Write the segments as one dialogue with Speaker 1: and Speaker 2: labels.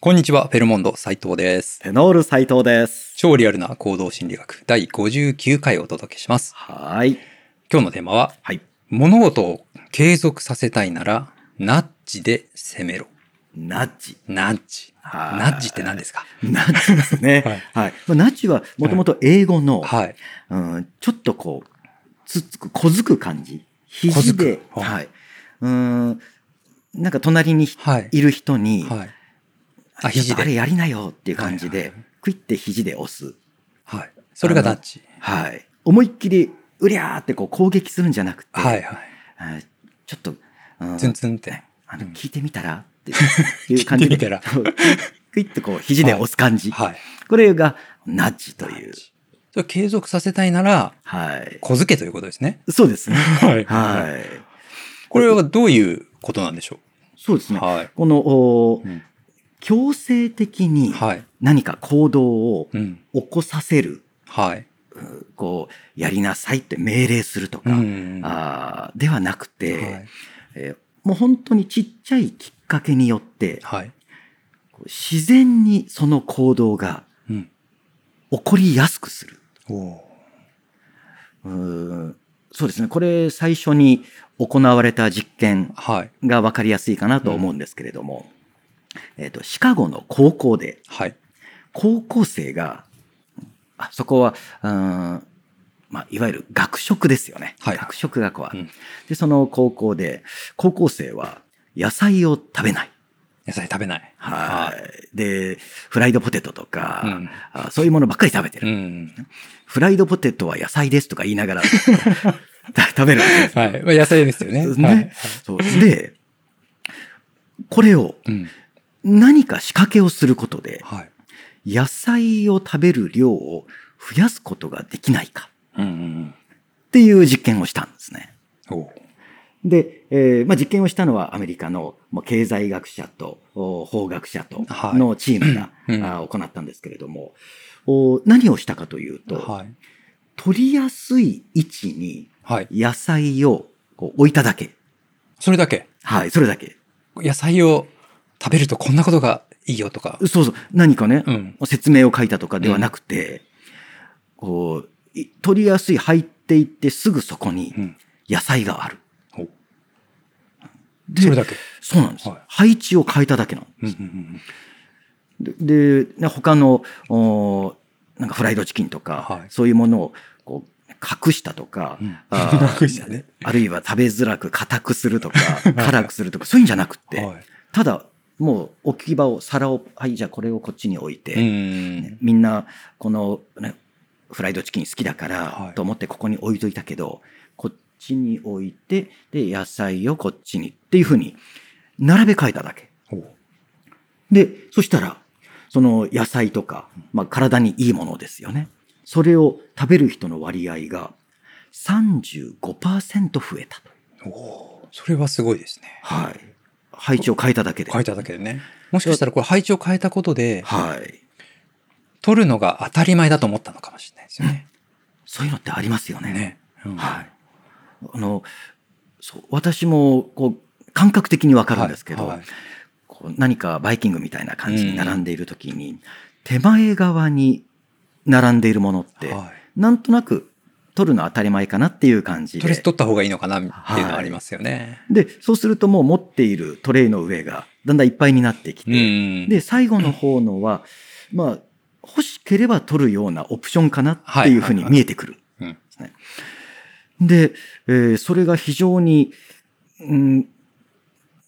Speaker 1: こんにちは、フェルモンド斉藤です。
Speaker 2: テノール斉藤です。
Speaker 1: 超リアルな行動心理学第59回をお届けします。
Speaker 2: はーい。
Speaker 1: 今日のテーマは、
Speaker 2: はい。
Speaker 1: 物事を継続させたいなら、ナッジで攻めろ。
Speaker 2: ナッジ。
Speaker 1: ナッジ。
Speaker 2: はーい
Speaker 1: ナッジって何ですか
Speaker 2: ナッジですね。
Speaker 1: は
Speaker 2: はいい。まあナッジはもともと英語の、
Speaker 1: はい。
Speaker 2: うん、ちょっとこう、つっつく、小づく感じ。
Speaker 1: 小づ
Speaker 2: 肘
Speaker 1: く
Speaker 2: で、
Speaker 1: はい
Speaker 2: はい。うん、なんか隣にひ
Speaker 1: はい。
Speaker 2: いる人に、
Speaker 1: はい。あ、
Speaker 2: ちょっと
Speaker 1: 肘
Speaker 2: あれ
Speaker 1: で。
Speaker 2: やりなよっていう感じ
Speaker 1: はい
Speaker 2: で
Speaker 1: はい、ク
Speaker 2: クイって肘で押す。
Speaker 1: はい。それがナッジ。
Speaker 2: はい。思いっきり、うりゃーってこう攻撃するんじゃなくて、
Speaker 1: はいはい。
Speaker 2: あちょっと、うん
Speaker 1: ツンツンって。
Speaker 2: あ
Speaker 1: う
Speaker 2: の
Speaker 1: ん
Speaker 2: 聞いてみたらって いう感じ
Speaker 1: 聞いてみた
Speaker 2: で
Speaker 1: ら、
Speaker 2: そうクイッとこう肘で押す感じ。
Speaker 1: はい。
Speaker 2: これがナッジとい
Speaker 1: ナッ
Speaker 2: う。
Speaker 1: ジそれを継続させたいなら、
Speaker 2: はい。
Speaker 1: 小付けということですね。
Speaker 2: そうです ね。
Speaker 1: はい。
Speaker 2: はいい。
Speaker 1: これはどういうことなんでしょ
Speaker 2: そうです
Speaker 1: う
Speaker 2: ね。
Speaker 1: はい。
Speaker 2: この、お
Speaker 1: うん
Speaker 2: 強制的に
Speaker 1: はい。
Speaker 2: 何か行動を
Speaker 1: うん。
Speaker 2: 起こさせる、
Speaker 1: はい。
Speaker 2: うこう、やりなさいって命令すると
Speaker 1: う
Speaker 2: か、
Speaker 1: ん。
Speaker 2: あーではなくて、
Speaker 1: はい。
Speaker 2: えーもう本当にちっちゃいきっかけによって、
Speaker 1: はい。
Speaker 2: こう自然にその行動が
Speaker 1: うん。
Speaker 2: 起こりやすくする。
Speaker 1: おお
Speaker 2: うーんそうですね。これ最初に行われた実験
Speaker 1: ー。はい。
Speaker 2: が分かりやすいかなと思うんですけれども、えっ、と、シカゴの高校で、
Speaker 1: はい。
Speaker 2: 高校生が、あそこは、うーんまあ、いわゆる学食ですよね。
Speaker 1: はい
Speaker 2: 学食がこうある、
Speaker 1: うん
Speaker 2: で、その高校で、高校生は野菜を食べない。
Speaker 1: 野菜食べない。
Speaker 2: はい。で、フライドポテトとか、
Speaker 1: うん
Speaker 2: あそういうものばっかり食べてる。
Speaker 1: うん。
Speaker 2: フライドポテトは野菜ですとか言いながら 食べるわけです。
Speaker 1: はい。まあ、野菜ですよね。
Speaker 2: ね
Speaker 1: はい。
Speaker 2: そうで、これを
Speaker 1: うん。
Speaker 2: 何か仕掛けをすることで、
Speaker 1: はい。
Speaker 2: 野菜を食べる量を増やすことができないか
Speaker 1: うんうん
Speaker 2: っていう実験をしたんですね。
Speaker 1: うん。おお。
Speaker 2: で、えーまあ、実験をしたのはアメリカのもう経済学者とお法学者と
Speaker 1: はい
Speaker 2: のチームが、
Speaker 1: うん
Speaker 2: あー行ったんですけれども、お何をしたかというと、
Speaker 1: はい。
Speaker 2: 取りやすい位置に
Speaker 1: はい。
Speaker 2: 野菜をこう置いただけ。
Speaker 1: それだけ。
Speaker 2: はい、それだけ。
Speaker 1: 野菜を食べるとこんなことがいいよとか。
Speaker 2: そうそう、何かね、
Speaker 1: うん。
Speaker 2: 説明を書いたとかではなくて、こう、い取りやすい入っていってすぐそこに
Speaker 1: うん。
Speaker 2: 野菜がある。
Speaker 1: お
Speaker 2: で
Speaker 1: それだけ。
Speaker 2: そうなんです、
Speaker 1: はい
Speaker 2: 配置を変えただけなの。
Speaker 1: うんうんうん
Speaker 2: で、でね他の、おーなんかフライドチキンとか、
Speaker 1: はい
Speaker 2: そういうものをこう隠したとか、
Speaker 1: うん
Speaker 2: あー
Speaker 1: 隠したね
Speaker 2: あるいは食べづらく硬くす るとか、辛くするとか、そういうんじゃなく
Speaker 1: うん。
Speaker 2: て、
Speaker 1: はい。
Speaker 2: ただ、もう置き場を、皿を、はい、じゃあこれをこっちに置いて、
Speaker 1: うん。
Speaker 2: みんなこの、ね、フライドチキン好きだか
Speaker 1: は
Speaker 2: ら
Speaker 1: い
Speaker 2: と思ってここに置いといたけど、こっちに置いてで野菜をこっちにっていうふうに並べ替えただけ
Speaker 1: おう
Speaker 2: でそしたらその野菜とか、まあ、体にいいものですよねそれを食べる人の割合が35%増えたと、
Speaker 1: おお。それはすごいですね。
Speaker 2: はい、配置を変えただけで
Speaker 1: 変えただけでね。もしかしたらこれ配置を変えたことで、
Speaker 2: はい、
Speaker 1: 取るのが当たり前だと思ったのかもしれないですよね。
Speaker 2: そういうのってありますよね
Speaker 1: ね。うん
Speaker 2: はい。あの、そう、私も、こう、感覚的にわかるんですけど、
Speaker 1: はいはい
Speaker 2: こう何かバイキングみたいな感じに並んでいるときに、手前側に並んでいるものって、
Speaker 1: はい
Speaker 2: なんとなく取るの当たり前かなっていう感じ
Speaker 1: とりあえず
Speaker 2: で。
Speaker 1: 取った方がいいのかなっていうのはありますよね。
Speaker 2: で、そうするともう持っているトレイの上がだんだんいっぱいになってきて、
Speaker 1: ん
Speaker 2: で、最後の方のは、まあ、欲しければ取るようなオプションかなっていうふうに見えてくる。
Speaker 1: うん
Speaker 2: で、えーそれが非常に、うん、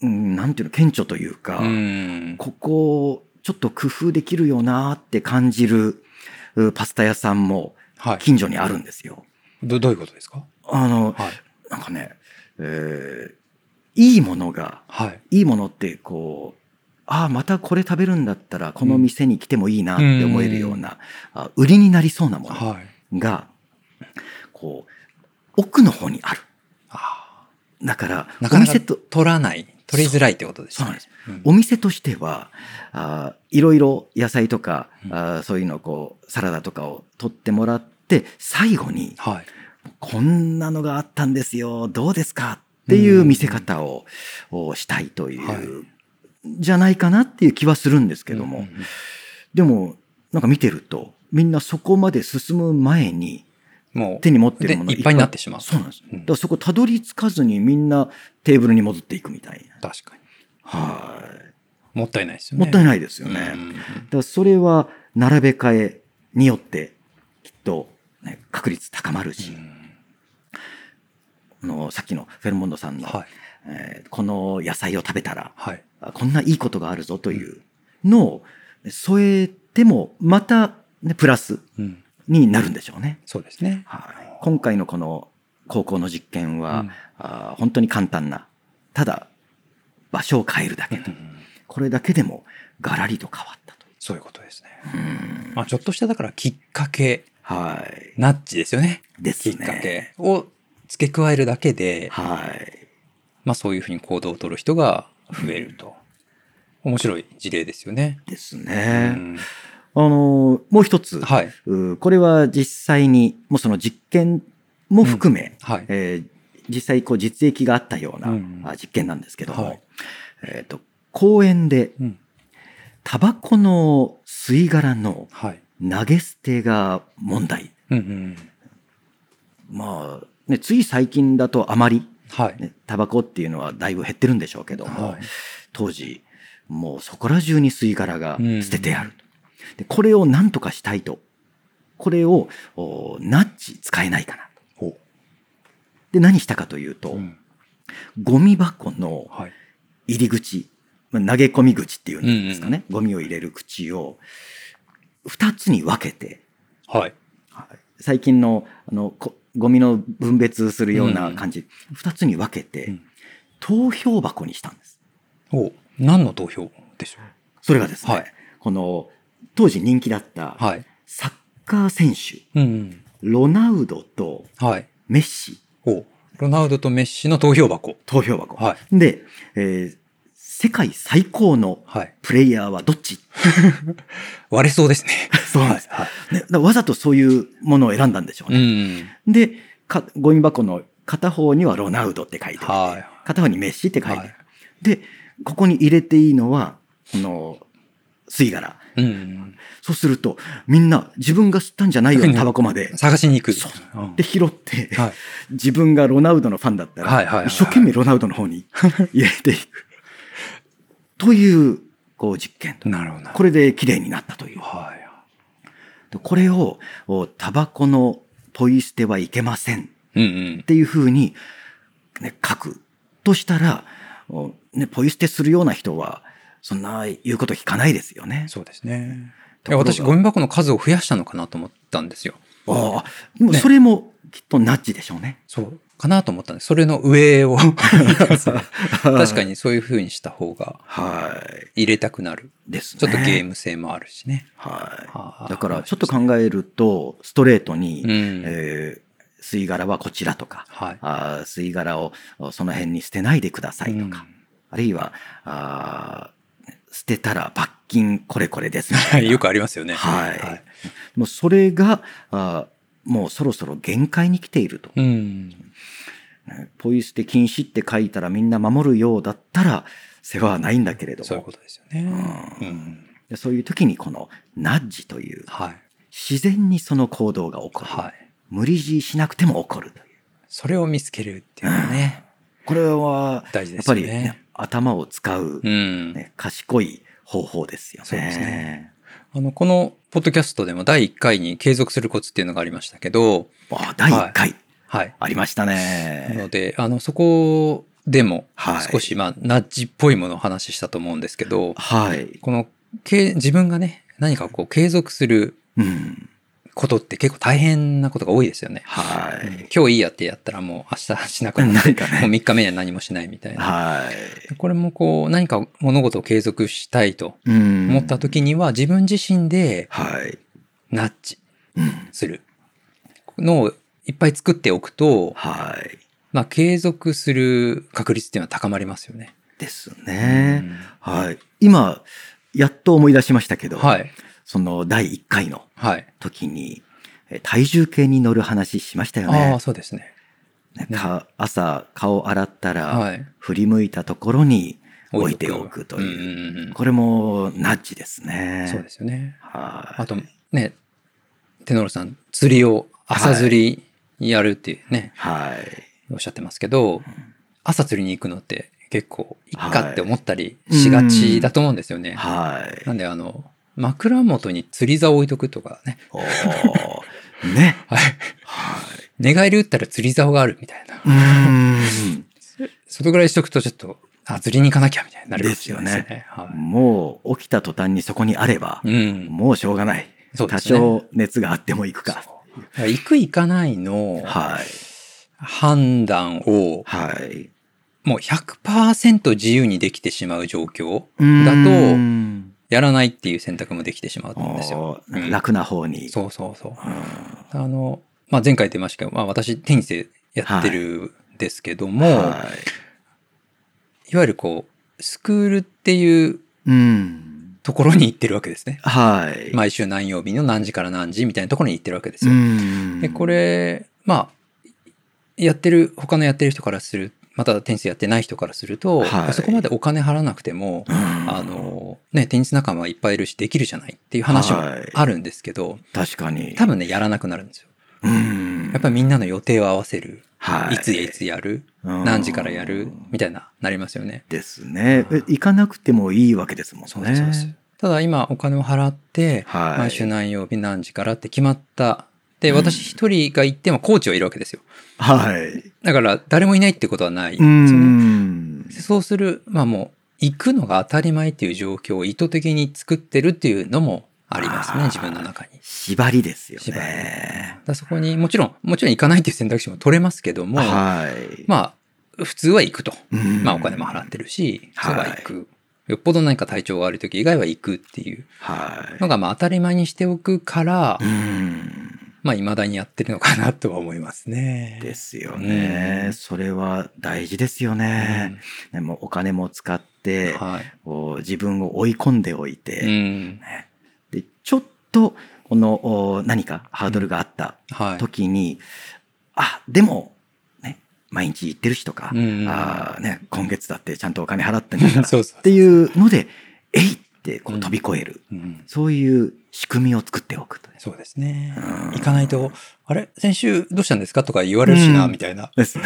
Speaker 2: うんなんていうの、顕著というか、
Speaker 1: うん
Speaker 2: ここをちょっと工夫できるよなーって感じるうパスタ屋さんも
Speaker 1: はい。
Speaker 2: 近所にあるんですよ。
Speaker 1: どどういうことですか
Speaker 2: あの、
Speaker 1: はい。
Speaker 2: なんかね、えーいいものが、
Speaker 1: はい。
Speaker 2: いいものってこう、ああ、またこれ食べるんだったら、この店に来てもいいなって思えるような、あ売りになりそうなもの
Speaker 1: はい。
Speaker 2: が、こう、奥の方にある。
Speaker 1: あ
Speaker 2: だから、
Speaker 1: なかなか
Speaker 2: お店と、
Speaker 1: 取らない。取りづらいってことです
Speaker 2: そうなん
Speaker 1: ね
Speaker 2: です。
Speaker 1: うん
Speaker 2: お店としては、あーいろいろ野菜とか、
Speaker 1: うん
Speaker 2: あーそういうのをこう、サラダとかを取ってもらって、最後に、
Speaker 1: はい。
Speaker 2: こんなのがあったんですよ、どうですかっていう見せ方ををしたいという、
Speaker 1: は
Speaker 2: じゃないかなっていう気はするんですけども、
Speaker 1: うんうんうん
Speaker 2: でもなんか見てるとみんなそこまで進む前に
Speaker 1: もう
Speaker 2: 手に持って
Speaker 1: で
Speaker 2: るもの
Speaker 1: いっぱいになってしまう。
Speaker 2: そうなんです、
Speaker 1: うん
Speaker 2: だからそこたどり着かずにみんなテーブルに戻っていくみたいな
Speaker 1: 確かに。
Speaker 2: は
Speaker 1: もったいないです
Speaker 2: い
Speaker 1: よね。
Speaker 2: もったい
Speaker 1: な
Speaker 2: ないですよね、
Speaker 1: うんうん
Speaker 2: だからそれは並べ替えによってきっと、ね、確率高まるし、あのさっきのフェルモンドさん
Speaker 1: うん
Speaker 2: の、
Speaker 1: はい。
Speaker 2: えーこの野菜を食べたら
Speaker 1: はい。
Speaker 2: あこんないいことがあるぞというのを添えてもまた、ね、プラス
Speaker 1: うん。
Speaker 2: になるんでしょうね。
Speaker 1: そうですね。
Speaker 2: はい、今回のこの高校の実験は、
Speaker 1: うん
Speaker 2: あー本当に簡単なただ場所を変えるだけと、これだけでもガラリと変わったという。
Speaker 1: そういうことですね。まあ、ちょっとしただからきっかけ、
Speaker 2: はい
Speaker 1: ナッジですよね。
Speaker 2: です
Speaker 1: き
Speaker 2: ね。
Speaker 1: っかけを付け加えるだけで、
Speaker 2: はい。
Speaker 1: まあそういうふうに行動を取る人が増えると。面白い事例ですよね。
Speaker 2: です
Speaker 1: う
Speaker 2: ね。
Speaker 1: ん
Speaker 2: あの、もう一つ、
Speaker 1: はい。
Speaker 2: うーこれは実際に、もうその実験も含め、
Speaker 1: はい。
Speaker 2: えー実際こう実益があったような、
Speaker 1: うん
Speaker 2: あ実験なんですけども、
Speaker 1: はい
Speaker 2: えっ、と、公園で
Speaker 1: うん。
Speaker 2: タバコの吸い殻の
Speaker 1: はい。
Speaker 2: 投げ捨てが問題。
Speaker 1: うんうん。
Speaker 2: まあ、ね、つい最近だとあまり、
Speaker 1: はい。
Speaker 2: ね、タバコっていうのはだいぶ減ってるんでしょうけども、
Speaker 1: はい
Speaker 2: 当時もうそこら中に吸い殻が
Speaker 1: うん
Speaker 2: 捨ててあると、でこれを何とかしたいとこれをおナッチ使えないかなとで何したかというと、
Speaker 1: うん
Speaker 2: ゴミ箱の
Speaker 1: はい。
Speaker 2: 入り口まあ投げ込み口っていうんですかね、ゴミを入れる口を2つに分けて
Speaker 1: はい。
Speaker 2: 最近のあのこゴミの分別するような感じ、二2つに分けて、
Speaker 1: うん
Speaker 2: 投票箱にしたんです。
Speaker 1: お何の投票でしょ
Speaker 2: それがですね、
Speaker 1: はい
Speaker 2: この当時人気だった
Speaker 1: うはい。
Speaker 2: サッカー選手、
Speaker 1: うん
Speaker 2: ロナウドと
Speaker 1: うん。はい。
Speaker 2: メッシ
Speaker 1: おロナウドとメッシの投票箱。
Speaker 2: 投票箱、
Speaker 1: は
Speaker 2: で、えー世界最高の
Speaker 1: はい。
Speaker 2: プレイヤーはどっち、
Speaker 1: 割れそうですね。
Speaker 2: そうなんです
Speaker 1: はい。
Speaker 2: ね、だからわざとそういうものを選んだんでしょう
Speaker 1: う
Speaker 2: ね。
Speaker 1: ん。
Speaker 2: でかゴミ箱の片方にはロナウドって書いてあって、
Speaker 1: はい
Speaker 2: 片方にメッシって書いてあ
Speaker 1: は
Speaker 2: る
Speaker 1: い。
Speaker 2: で、ここに入れていいのは、この、吸い殻。
Speaker 1: うん。
Speaker 2: そうすると、みんな自分が吸ったんじゃないよ
Speaker 1: う
Speaker 2: うなんタバコまで。
Speaker 1: 探しに行く。
Speaker 2: そう
Speaker 1: うん
Speaker 2: で、拾って、
Speaker 1: はい。
Speaker 2: 自分がロナウドのファンだったら、
Speaker 1: はいはいはいはい
Speaker 2: 一生懸命ロナウドの方に 入れていく。という、こう、実験と。
Speaker 1: なるほどな。
Speaker 2: これで綺麗になったという。
Speaker 1: は
Speaker 2: でこれを、おタバコのポイ捨てはいけません。
Speaker 1: い。うん
Speaker 2: っていうふうに、ね、書くとしたら、おね、ポイ捨てするような人は、そんな言うこと聞かないですよ
Speaker 1: う
Speaker 2: ね
Speaker 1: ん。。そうですね。い
Speaker 2: と
Speaker 1: や
Speaker 2: ころが
Speaker 1: 私、ゴミ箱の数を増やしたのかなと思ったんですよ。
Speaker 2: ああ、でも
Speaker 1: ね
Speaker 2: それもきっとナッジでしょうね。
Speaker 1: そう。かなと思ったんです。それの上を。 確か
Speaker 2: に。
Speaker 1: にそういう風にした方が
Speaker 2: は
Speaker 1: 入れたくなる。
Speaker 2: い。ですね。
Speaker 1: ちょっとゲー。ム性もあるしね。
Speaker 2: は
Speaker 1: あー
Speaker 2: い。だから、ちょっと考えると、ストレートに、
Speaker 1: うん
Speaker 2: えー吸い殻はこちらとか、
Speaker 1: はい。
Speaker 2: あー吸い殻をその辺に捨てないでくださいとか、あるいは、あー捨てたら罰金これこれですみた
Speaker 1: う
Speaker 2: い
Speaker 1: ん
Speaker 2: な。
Speaker 1: よくありますよね。
Speaker 2: はいもうそれがあもうそろそろ限界に来ていると、
Speaker 1: うん。
Speaker 2: ポイ捨て禁止って書いたらみんな守るようだったら世話はないんだけれども
Speaker 1: そういうことですよね。う
Speaker 2: うん
Speaker 1: ん。
Speaker 2: でそういう時にこのナッジという
Speaker 1: はい。
Speaker 2: 自然にその行動が起こる、
Speaker 1: はい。
Speaker 2: 無理強いしなくても起こるという
Speaker 1: それを見つけるっていう のはね、
Speaker 2: これは
Speaker 1: 大事
Speaker 2: や
Speaker 1: で
Speaker 2: っ
Speaker 1: す
Speaker 2: ぱ
Speaker 1: よ
Speaker 2: り、
Speaker 1: ね。
Speaker 2: ね、頭を使う、
Speaker 1: うん。
Speaker 2: ね賢い方法ですよね。
Speaker 1: そうですねあの、このポッドキャストでも第1回に継続するコツっていうのがありましたけど、
Speaker 2: あ第1回
Speaker 1: はい。
Speaker 2: ありました
Speaker 1: な
Speaker 2: ね。
Speaker 1: ので、あの、そこでも
Speaker 2: はい
Speaker 1: 少し、まあ、ナッジっぽいものをお話ししたと思うんですけど、
Speaker 2: はい。
Speaker 1: この、け自分がね、何かこう継続する
Speaker 2: うん。
Speaker 1: ことって結構大変なことが多いですよね。
Speaker 2: はい。
Speaker 1: 今日いいやってやったらもう明日しなくなっ
Speaker 2: な
Speaker 1: て、
Speaker 2: んかね
Speaker 1: もう3日目には何もしないみたいな。
Speaker 2: はい。
Speaker 1: これもこう何か物事を継続したいと
Speaker 2: 思
Speaker 1: 思った時には自分自身で
Speaker 2: はい。
Speaker 1: ナッチするのをいっぱい作っておくと、
Speaker 2: はい。
Speaker 1: まあ継続する確率っていうのは高まりますよね。
Speaker 2: ですね。はい。今、やっと思い出しましたけ
Speaker 1: う
Speaker 2: ど、
Speaker 1: んはい。
Speaker 2: その第1回の
Speaker 1: はい。
Speaker 2: 時に、え体重計に乗る話しましたよ
Speaker 1: あ
Speaker 2: ね
Speaker 1: あ、。そうですね。
Speaker 2: か朝、顔洗ったら、
Speaker 1: はい。
Speaker 2: 振り向いたところに、置いておくという。
Speaker 1: うんうんうん
Speaker 2: これもナッジですね。
Speaker 1: そうですよね。
Speaker 2: はい。
Speaker 1: あと、ね、テノールさん、釣りを朝釣りやるっていうね、
Speaker 2: はい。
Speaker 1: おっしゃってますけど、朝釣りに行くのって結構、いっかって思ったり
Speaker 2: はい
Speaker 1: しがちだと思うんですよね。
Speaker 2: はい。
Speaker 1: なんで、あの、枕元に釣り竿置いとくとかね、
Speaker 2: おーね。
Speaker 1: はい。寝返り打ったら釣り竿があるみたいな。
Speaker 2: うーん。
Speaker 1: それぐらいしとくとちょっと、あ、釣りに行かなきゃみたいになるかもしれないですよ
Speaker 2: ですよ
Speaker 1: ね。は
Speaker 2: もう起きた途端にそこにあれば
Speaker 1: い。、うん。
Speaker 2: もうしょうがない。
Speaker 1: そうで
Speaker 2: 多
Speaker 1: すね
Speaker 2: 少熱があっても行くか。
Speaker 1: 行く行かないの
Speaker 2: はい。
Speaker 1: 判断を
Speaker 2: はい。
Speaker 1: もう100%自由にできてしまう状況
Speaker 2: うー
Speaker 1: だと、
Speaker 2: ん
Speaker 1: やらないっていう選択もできてしまうと思うんですよ。
Speaker 2: おー
Speaker 1: うん
Speaker 2: 楽な方に。
Speaker 1: そうそうそう。
Speaker 2: うん
Speaker 1: あの、まあ、前回出ましたけど、まあ、私テニスやってるんですけども、、
Speaker 2: はい
Speaker 1: わゆるこう、スクールっていう
Speaker 2: い。うん。
Speaker 1: ところに行ってるわけですね。
Speaker 2: はい。
Speaker 1: 毎週何曜日の何時から何時みたいなところに行ってるわけです
Speaker 2: う
Speaker 1: よ。
Speaker 2: ん
Speaker 1: で、こ、れ、まあ、やってる、他のやってる人からする、またテニスやってない人からすると、
Speaker 2: はい
Speaker 1: そこまでお金払わなくても、
Speaker 2: うん
Speaker 1: あの、ね、テニス仲間はいっぱいいるし、できるじゃないっていう話も
Speaker 2: はい
Speaker 1: あるんですけど、
Speaker 2: 確かに。
Speaker 1: 多分ね、やらなくなるんですよ。
Speaker 2: うん
Speaker 1: やっぱりみんなの予定を合わせる。
Speaker 2: はい
Speaker 1: いつやいつやる
Speaker 2: うん
Speaker 1: 何時からやるみたいな、なりますよね。
Speaker 2: ですね。え行かなくてもいいわけですもんね。
Speaker 1: そうです、そうです。ただ今お金を払って、
Speaker 2: はい
Speaker 1: 毎週何曜日何時からって決まった。で、私一人が行ってもコーチはいるわけですよ。
Speaker 2: はい。
Speaker 1: だから誰もいないってことはないんです
Speaker 2: う
Speaker 1: よね。
Speaker 2: ん。
Speaker 1: そうする、まあもう、行くのが当たり前っていう状況を意図的に作ってるっていうのもあります
Speaker 2: あ
Speaker 1: ね、
Speaker 2: ー
Speaker 1: 自分の中に。
Speaker 2: 縛りですよ
Speaker 1: 縛りだ
Speaker 2: ね
Speaker 1: か。らそこに、もちろん、もちろん行かないっていう選択肢も取れますけども、
Speaker 2: はい。
Speaker 1: まあ、普通は行くと。
Speaker 2: うん
Speaker 1: まあお金も払ってるし、
Speaker 2: は
Speaker 1: そ
Speaker 2: い
Speaker 1: ば行く。よっぽど何か体調が悪い時以外は行くっていう
Speaker 2: はい。
Speaker 1: のが、まあ当たり前にしておくから、
Speaker 2: うん。
Speaker 1: まあ未だにやってるのかなとは思いますね。
Speaker 2: ですよね。
Speaker 1: うん
Speaker 2: それは大事ですよね。でもお金も使って、
Speaker 1: はい。
Speaker 2: こう自分を追い込んでおいて、
Speaker 1: うん。
Speaker 2: でちょっとこのお何かハードルがあった
Speaker 1: はい。
Speaker 2: 時に、あでも、ね、毎日行ってるしとか、
Speaker 1: うん
Speaker 2: あーね、今月だってちゃんとお金払ってんだから
Speaker 1: そうそう
Speaker 2: っていうのでえいってこ
Speaker 1: う
Speaker 2: うん飛び越える、
Speaker 1: うん
Speaker 2: そういう仕組みを作っておくという
Speaker 1: そうですね。
Speaker 2: うん
Speaker 1: 行かないと、あれ先週どうしたんですかとか言われるしな、
Speaker 2: うん
Speaker 1: みたいな。
Speaker 2: ですね。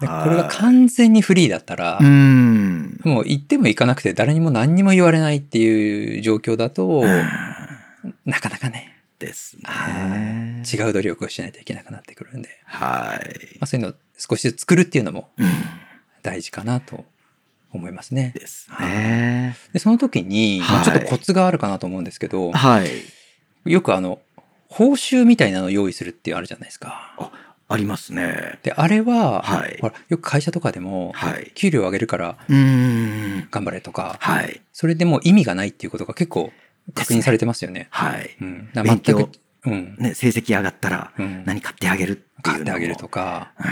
Speaker 1: で
Speaker 2: あー
Speaker 1: これが完全にフリーだったら
Speaker 2: う、ん
Speaker 1: もう行っても行かなくて誰にも何にも言われないっていう状況だと、なかなかね、
Speaker 2: です
Speaker 1: は
Speaker 2: ね。
Speaker 1: 違う努力をしないといけなくなってくるんで、
Speaker 2: はい。
Speaker 1: まあ、そういうのを少しずつ作るっていうのも
Speaker 2: うん
Speaker 1: 大事かなと思いますね。
Speaker 2: ですね。
Speaker 1: で、その時に、
Speaker 2: はい
Speaker 1: まあちょっとコツがあるかなと思うんですけど、
Speaker 2: はい。
Speaker 1: よくあの、報酬みたいなのを用意するっていうあるじゃないですか。
Speaker 2: あ、ありますね。
Speaker 1: で、あれは、
Speaker 2: はい
Speaker 1: ほらよく会社とかでも、
Speaker 2: はい。
Speaker 1: 給料を上げるから
Speaker 2: うーん。
Speaker 1: 頑張れとか、
Speaker 2: はい。
Speaker 1: それでもう意味がないっていうことが結構確認されてますよね。
Speaker 2: はい。
Speaker 1: うん。だから全
Speaker 2: 勉
Speaker 1: く、うん。
Speaker 2: ね、成績上がったら
Speaker 1: うん
Speaker 2: 何買ってあげるっていうのも
Speaker 1: 買ってあげるとか、
Speaker 2: うん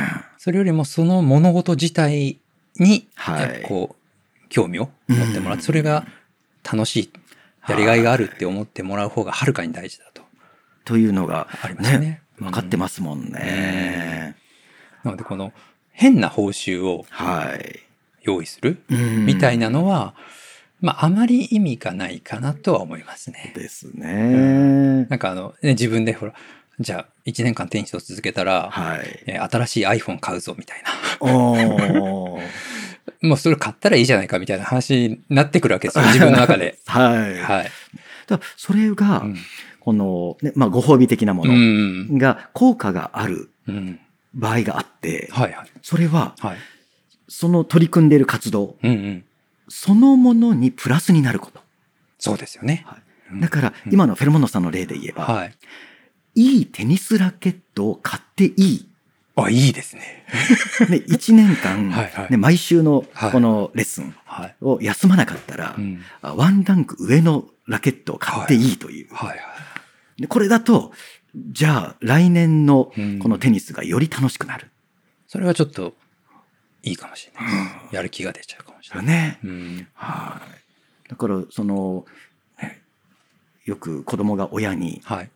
Speaker 1: それよりもその物事自体に、
Speaker 2: はい
Speaker 1: こう、興味を持ってもらって、
Speaker 2: うん
Speaker 1: それが楽しい、やりがいがあるって思ってもらう方がはるかに大事だと。
Speaker 2: というのが
Speaker 1: ありますね
Speaker 2: ね、
Speaker 1: うん
Speaker 2: 分かってますもんね。
Speaker 1: なので、この変な報酬を
Speaker 2: はい。
Speaker 1: 用意するみ
Speaker 2: み
Speaker 1: たいなのは、まあ、あまり意味がないかなとは思いますね。
Speaker 2: です
Speaker 1: ん
Speaker 2: ね。
Speaker 1: なんかあの、ね、自分でほら、じゃあ1年間テニスを続けたら、
Speaker 2: はい。
Speaker 1: えー新しい iPhone 買うぞみたいな。
Speaker 2: おー。
Speaker 1: もうそれ買ったらいいじゃないかみたいな話になってくるわけですよ、自分の中で
Speaker 2: は
Speaker 1: は
Speaker 2: い。
Speaker 1: い。
Speaker 2: だからそれが
Speaker 1: う、ん
Speaker 2: この、ね、まあ、ご褒美的なも
Speaker 1: うん
Speaker 2: の
Speaker 1: うん
Speaker 2: が効果がある
Speaker 1: うん。うん。
Speaker 2: 場合があって、
Speaker 1: はいはい。
Speaker 2: それは、
Speaker 1: はい。
Speaker 2: その取り組んでいる活動、
Speaker 1: うんうん。
Speaker 2: そのものにプラスになること。
Speaker 1: そうですよね。うん
Speaker 2: だから、
Speaker 1: うん
Speaker 2: 今のフェルモノさんの例で言えば、
Speaker 1: はい。
Speaker 2: い、いテニスラケットを買っていい。
Speaker 1: あ、いいですね。
Speaker 2: ね、1年間、
Speaker 1: はいはい
Speaker 2: ね、毎週の
Speaker 1: はい
Speaker 2: このレッスン
Speaker 1: はい。
Speaker 2: を休まなかったら
Speaker 1: う、ん。
Speaker 2: あワンランク上のラケットを買っていいという。
Speaker 1: はいは
Speaker 2: でこれだと、じゃあ来年の
Speaker 1: うん
Speaker 2: このテニスがより楽しくなる。
Speaker 1: い。それはちょっと、いいかもしれないです。やる気が出ちゃうかもしれない。
Speaker 2: ね。
Speaker 1: うん。
Speaker 2: はい。だから、その、ねよく子供が親に、
Speaker 1: はい。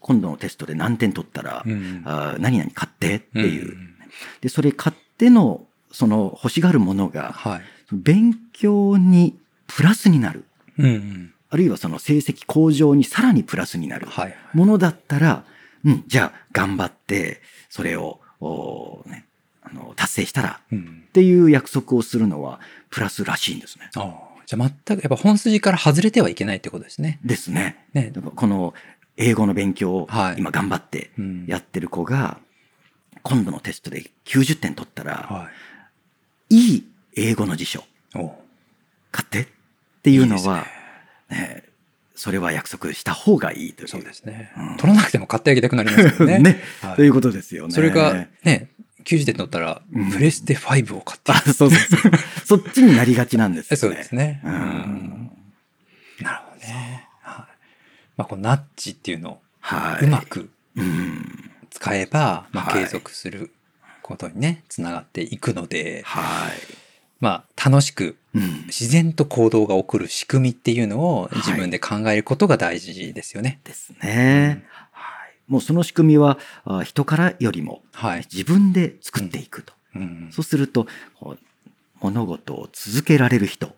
Speaker 2: 今度のテストで何点取ったら、
Speaker 1: うん。
Speaker 2: あー何々買ってっていう、
Speaker 1: ん。
Speaker 2: でそれ買ってのその欲しがるものが
Speaker 1: はい。
Speaker 2: そ勉強にプラスになる。
Speaker 1: うんうん。
Speaker 2: あるいはその成績向上にさらにプラスになる。
Speaker 1: はい。
Speaker 2: ものだったら、うん、じゃあ頑張って、それを、おーね、あの、達成したら、
Speaker 1: うん
Speaker 2: っ。ていう約束をするのは、プラスらしいんですね。
Speaker 1: ああ。じゃあ全く、やっぱ本筋から外れてはいけないってことですね。
Speaker 2: ですね。
Speaker 1: ね。
Speaker 2: だからこの、英語の勉強を
Speaker 1: はい
Speaker 2: 今頑張って
Speaker 1: うん。
Speaker 2: やってる子が、今度のテストで90点取ったら、
Speaker 1: はい
Speaker 2: い英語の辞書
Speaker 1: い。おう
Speaker 2: 買ってっていうの
Speaker 1: いいです
Speaker 2: は、ねそれは約束した方がいいという。
Speaker 1: そうですね
Speaker 2: うん。
Speaker 1: 取らなくても買ってあげたくなりますけどね。
Speaker 2: ね
Speaker 1: はい
Speaker 2: ということですよね。
Speaker 1: それが、ね、90点取ったら
Speaker 2: うん、
Speaker 1: プレステ5を買って
Speaker 2: あ、そうそうそう。 そっちになりがちなんですよね。
Speaker 1: そうですね。
Speaker 2: う
Speaker 1: うんん。なるほどね。はい。まあ、このナッチっていうのを
Speaker 2: はい。
Speaker 1: うま。く
Speaker 2: うん。
Speaker 1: 使えば、まあ、
Speaker 2: はい
Speaker 1: 継続することにね、つながっていくので、
Speaker 2: は
Speaker 1: まあ、楽しく、
Speaker 2: い。うん。
Speaker 1: 自然と行動が起こる仕組みっていうのを
Speaker 2: い
Speaker 1: 自分で考えることが大事ですよね。
Speaker 2: ですね。はい。もうその仕組みは、あ人からよりも
Speaker 1: はい。
Speaker 2: 自分で作っていくと。
Speaker 1: うん、
Speaker 2: そうすると、こう物事を続けられる人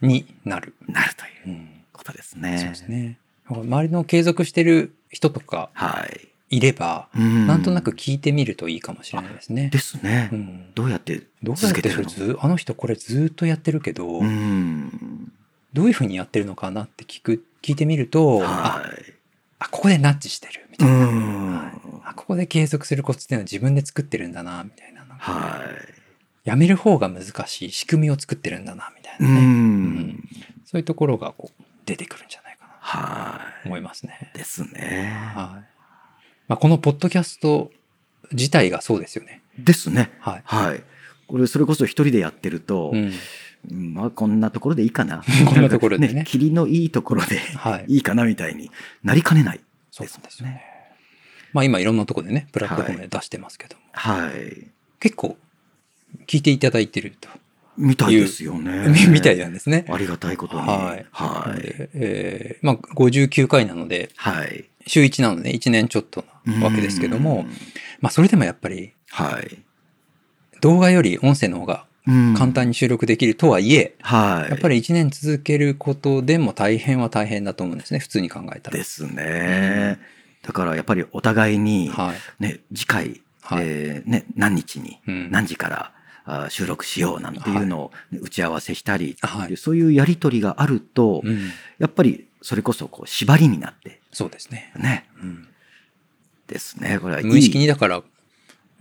Speaker 1: になる。
Speaker 2: になるとい
Speaker 1: う
Speaker 2: う
Speaker 1: ん、
Speaker 2: ことですね。
Speaker 1: そうです。ね。周りの継続してる人とか
Speaker 2: はい。
Speaker 1: いれば、
Speaker 2: うん
Speaker 1: なんとなく聞いてみるといいかもしれないですね。
Speaker 2: ですね。
Speaker 1: うん、
Speaker 2: どうやって
Speaker 1: どうや
Speaker 2: 続
Speaker 1: っ
Speaker 2: け
Speaker 1: て
Speaker 2: て
Speaker 1: それ
Speaker 2: るの
Speaker 1: ずあの人これずっとやってるけど、
Speaker 2: うん。
Speaker 1: どういうふうにやってるのかなって聞く聞いてみると、あ
Speaker 2: はい。
Speaker 1: あここでナッチしてるみ
Speaker 2: う
Speaker 1: たいな、
Speaker 2: ん。
Speaker 1: あここで継続するコツっていうのは自分で作ってるんだなみたいなのが
Speaker 2: は
Speaker 1: やめる方が難しい仕組みを作ってるんだなみたい
Speaker 2: い。う
Speaker 1: なね、
Speaker 2: ん。
Speaker 1: そういうところがこう出てくるんじゃないかな
Speaker 2: はい。
Speaker 1: と思いますね。
Speaker 2: ですね。
Speaker 1: はいまあ、このポッドキャスト自体がそうですよね。
Speaker 2: ですね。
Speaker 1: はい
Speaker 2: はい。これ、それこそ一人でやってると
Speaker 1: う、ん
Speaker 2: うんまあ、こんなところでいいかな。
Speaker 1: こんなところ でね
Speaker 2: 霧のいいところで
Speaker 1: はい、
Speaker 2: いいかなみたいになりかねない。
Speaker 1: そうなんですよね。まあ今いろんなところでねプラットフォームで出してますけども、
Speaker 2: はい。
Speaker 1: 結構聞いていただいてると、
Speaker 2: みたいですよね。
Speaker 1: みたいなんですね。
Speaker 2: ありがたいことに。
Speaker 1: はい
Speaker 2: は。
Speaker 1: ないのでえーまあ、59回なので
Speaker 2: はい。
Speaker 1: 週1なので1年ちょっとなわけですけど
Speaker 2: う
Speaker 1: も
Speaker 2: ん、。
Speaker 1: まあ、それでもやっぱり
Speaker 2: はい。
Speaker 1: 動画より音声の方が
Speaker 2: うん
Speaker 1: 簡。単に収録できるとはいえ、
Speaker 2: はい。
Speaker 1: やっぱり1年続けることでも大変は大変だと思うんですね普通に考えたら。
Speaker 2: ですね。だから、やっぱりお互いに、
Speaker 1: はい
Speaker 2: ね、次回、
Speaker 1: はい
Speaker 2: えーね、何日に、
Speaker 1: うん
Speaker 2: 何時からあー収録しようなんていうのをね打ち合わせしたり、
Speaker 1: はい
Speaker 2: でそういうやりとりがあると、
Speaker 1: うん、
Speaker 2: やっぱりそれこそこう縛りになって、
Speaker 1: そうですね、
Speaker 2: ね、
Speaker 1: うん
Speaker 2: ですね。これはいい。
Speaker 1: 無意識にだから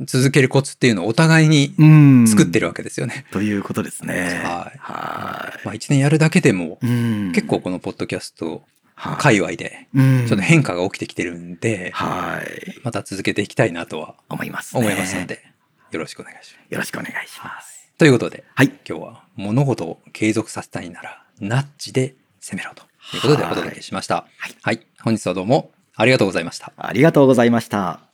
Speaker 1: 続けるコツっていうのをお互いに
Speaker 2: うん
Speaker 1: 作ってるわけですよね。
Speaker 2: ということですね。
Speaker 1: はい
Speaker 2: は
Speaker 1: まあ、1年やるだけでも
Speaker 2: い。うん
Speaker 1: 結構、このポッドキャスト
Speaker 2: は
Speaker 1: 界
Speaker 2: い
Speaker 1: 隈で
Speaker 2: うん
Speaker 1: ちょっと変化が起きてきてるんで、
Speaker 2: はい。
Speaker 1: また続けていきたいなとは
Speaker 2: 思います、ね。
Speaker 1: 思いますの。で、よろしくお願いします。
Speaker 2: よろしくお願いします。
Speaker 1: ということで、
Speaker 2: はい。
Speaker 1: 今日は物事を継続させたいなら、ナッジで攻めろということでお届けしました。はい、本日はどうもありがとうございました。
Speaker 2: ありがとうございました。